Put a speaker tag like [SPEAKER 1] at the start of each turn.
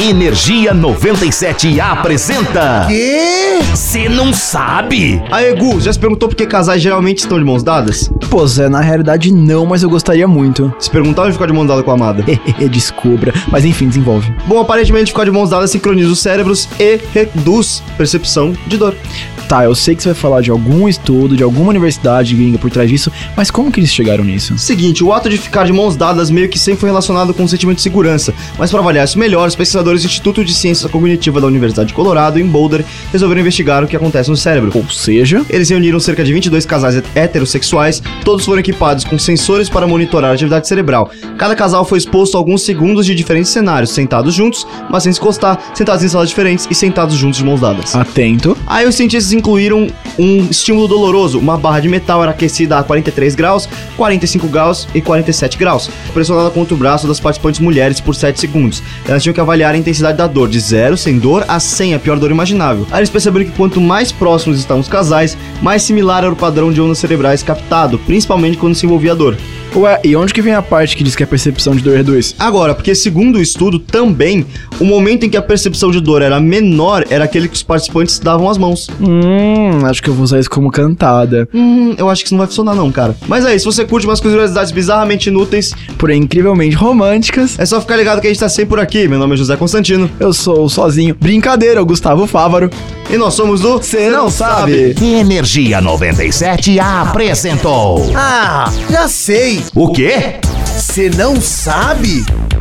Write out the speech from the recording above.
[SPEAKER 1] Energia 97 apresenta.
[SPEAKER 2] Quê?
[SPEAKER 1] Você não sabe?
[SPEAKER 3] Aê, Gu, já se perguntou por que casais geralmente estão de mãos dadas?
[SPEAKER 2] Pô, Zé, na realidade não, mas eu gostaria muito.
[SPEAKER 3] Se perguntar onde ficar de mão dada com a amada.
[SPEAKER 2] Descubra. Mas enfim, desenvolve.
[SPEAKER 3] Bom, aparentemente ficar de mãos dadas sincroniza os cérebros e reduz percepção de dor.
[SPEAKER 2] Tá, eu sei que você vai falar de algum estudo, de alguma universidade gringa por trás disso, mas como que eles chegaram nisso?
[SPEAKER 3] Seguinte, o ato de ficar de mãos dadas meio que sempre foi relacionado com o sentimento de segurança, mas para avaliar isso melhor, os pesquisadores do Instituto de Ciência Cognitiva da Universidade de Colorado, em Boulder, resolveram investigar o que acontece no cérebro.
[SPEAKER 2] Ou seja,
[SPEAKER 3] Eles reuniram cerca de 22 casais heterossexuais, todos foram equipados com sensores para monitorar a atividade cerebral. Cada casal foi exposto a alguns segundos de diferentes cenários, sentados juntos, mas sem se encostar, sentados em salas diferentes e sentados juntos de mãos dadas.
[SPEAKER 2] atento.
[SPEAKER 3] Aí os cientistas incluíram um estímulo doloroso. Uma barra de metal era aquecida a 43 graus, 45 graus e 47 graus, pressionada contra o braço das participantes mulheres por 7 segundos. Elas tinham que avaliar a intensidade da dor, de 0, sem dor, a 100, a pior dor imaginável. Aí eles perceberam que quanto mais próximos estavam os casais, mais similar era o padrão de ondas cerebrais captado, principalmente quando se envolvia a dor.
[SPEAKER 2] Ué, e onde que vem a parte que diz que a percepção de dor reduz?
[SPEAKER 3] Agora, porque segundo o estudo também, o momento em que a percepção de dor era menor era aquele que os participantes davam as mãos.
[SPEAKER 2] Hum, acho que eu vou usar isso como cantada.
[SPEAKER 3] Hum, eu acho que isso não vai funcionar não, cara. Mas é isso, se você curte umas curiosidades bizarramente inúteis,
[SPEAKER 2] Porém, incrivelmente românticas.
[SPEAKER 3] é só ficar ligado que a gente tá sempre por aqui. Meu nome é José Constantino
[SPEAKER 2] Eu sou sozinho. Brincadeira, o Gustavo Fávaro.
[SPEAKER 3] e nós somos do
[SPEAKER 2] Você não sabe.
[SPEAKER 1] Energia 97 apresentou.
[SPEAKER 4] Ah, já sei.
[SPEAKER 1] O quê?
[SPEAKER 4] Você não sabe?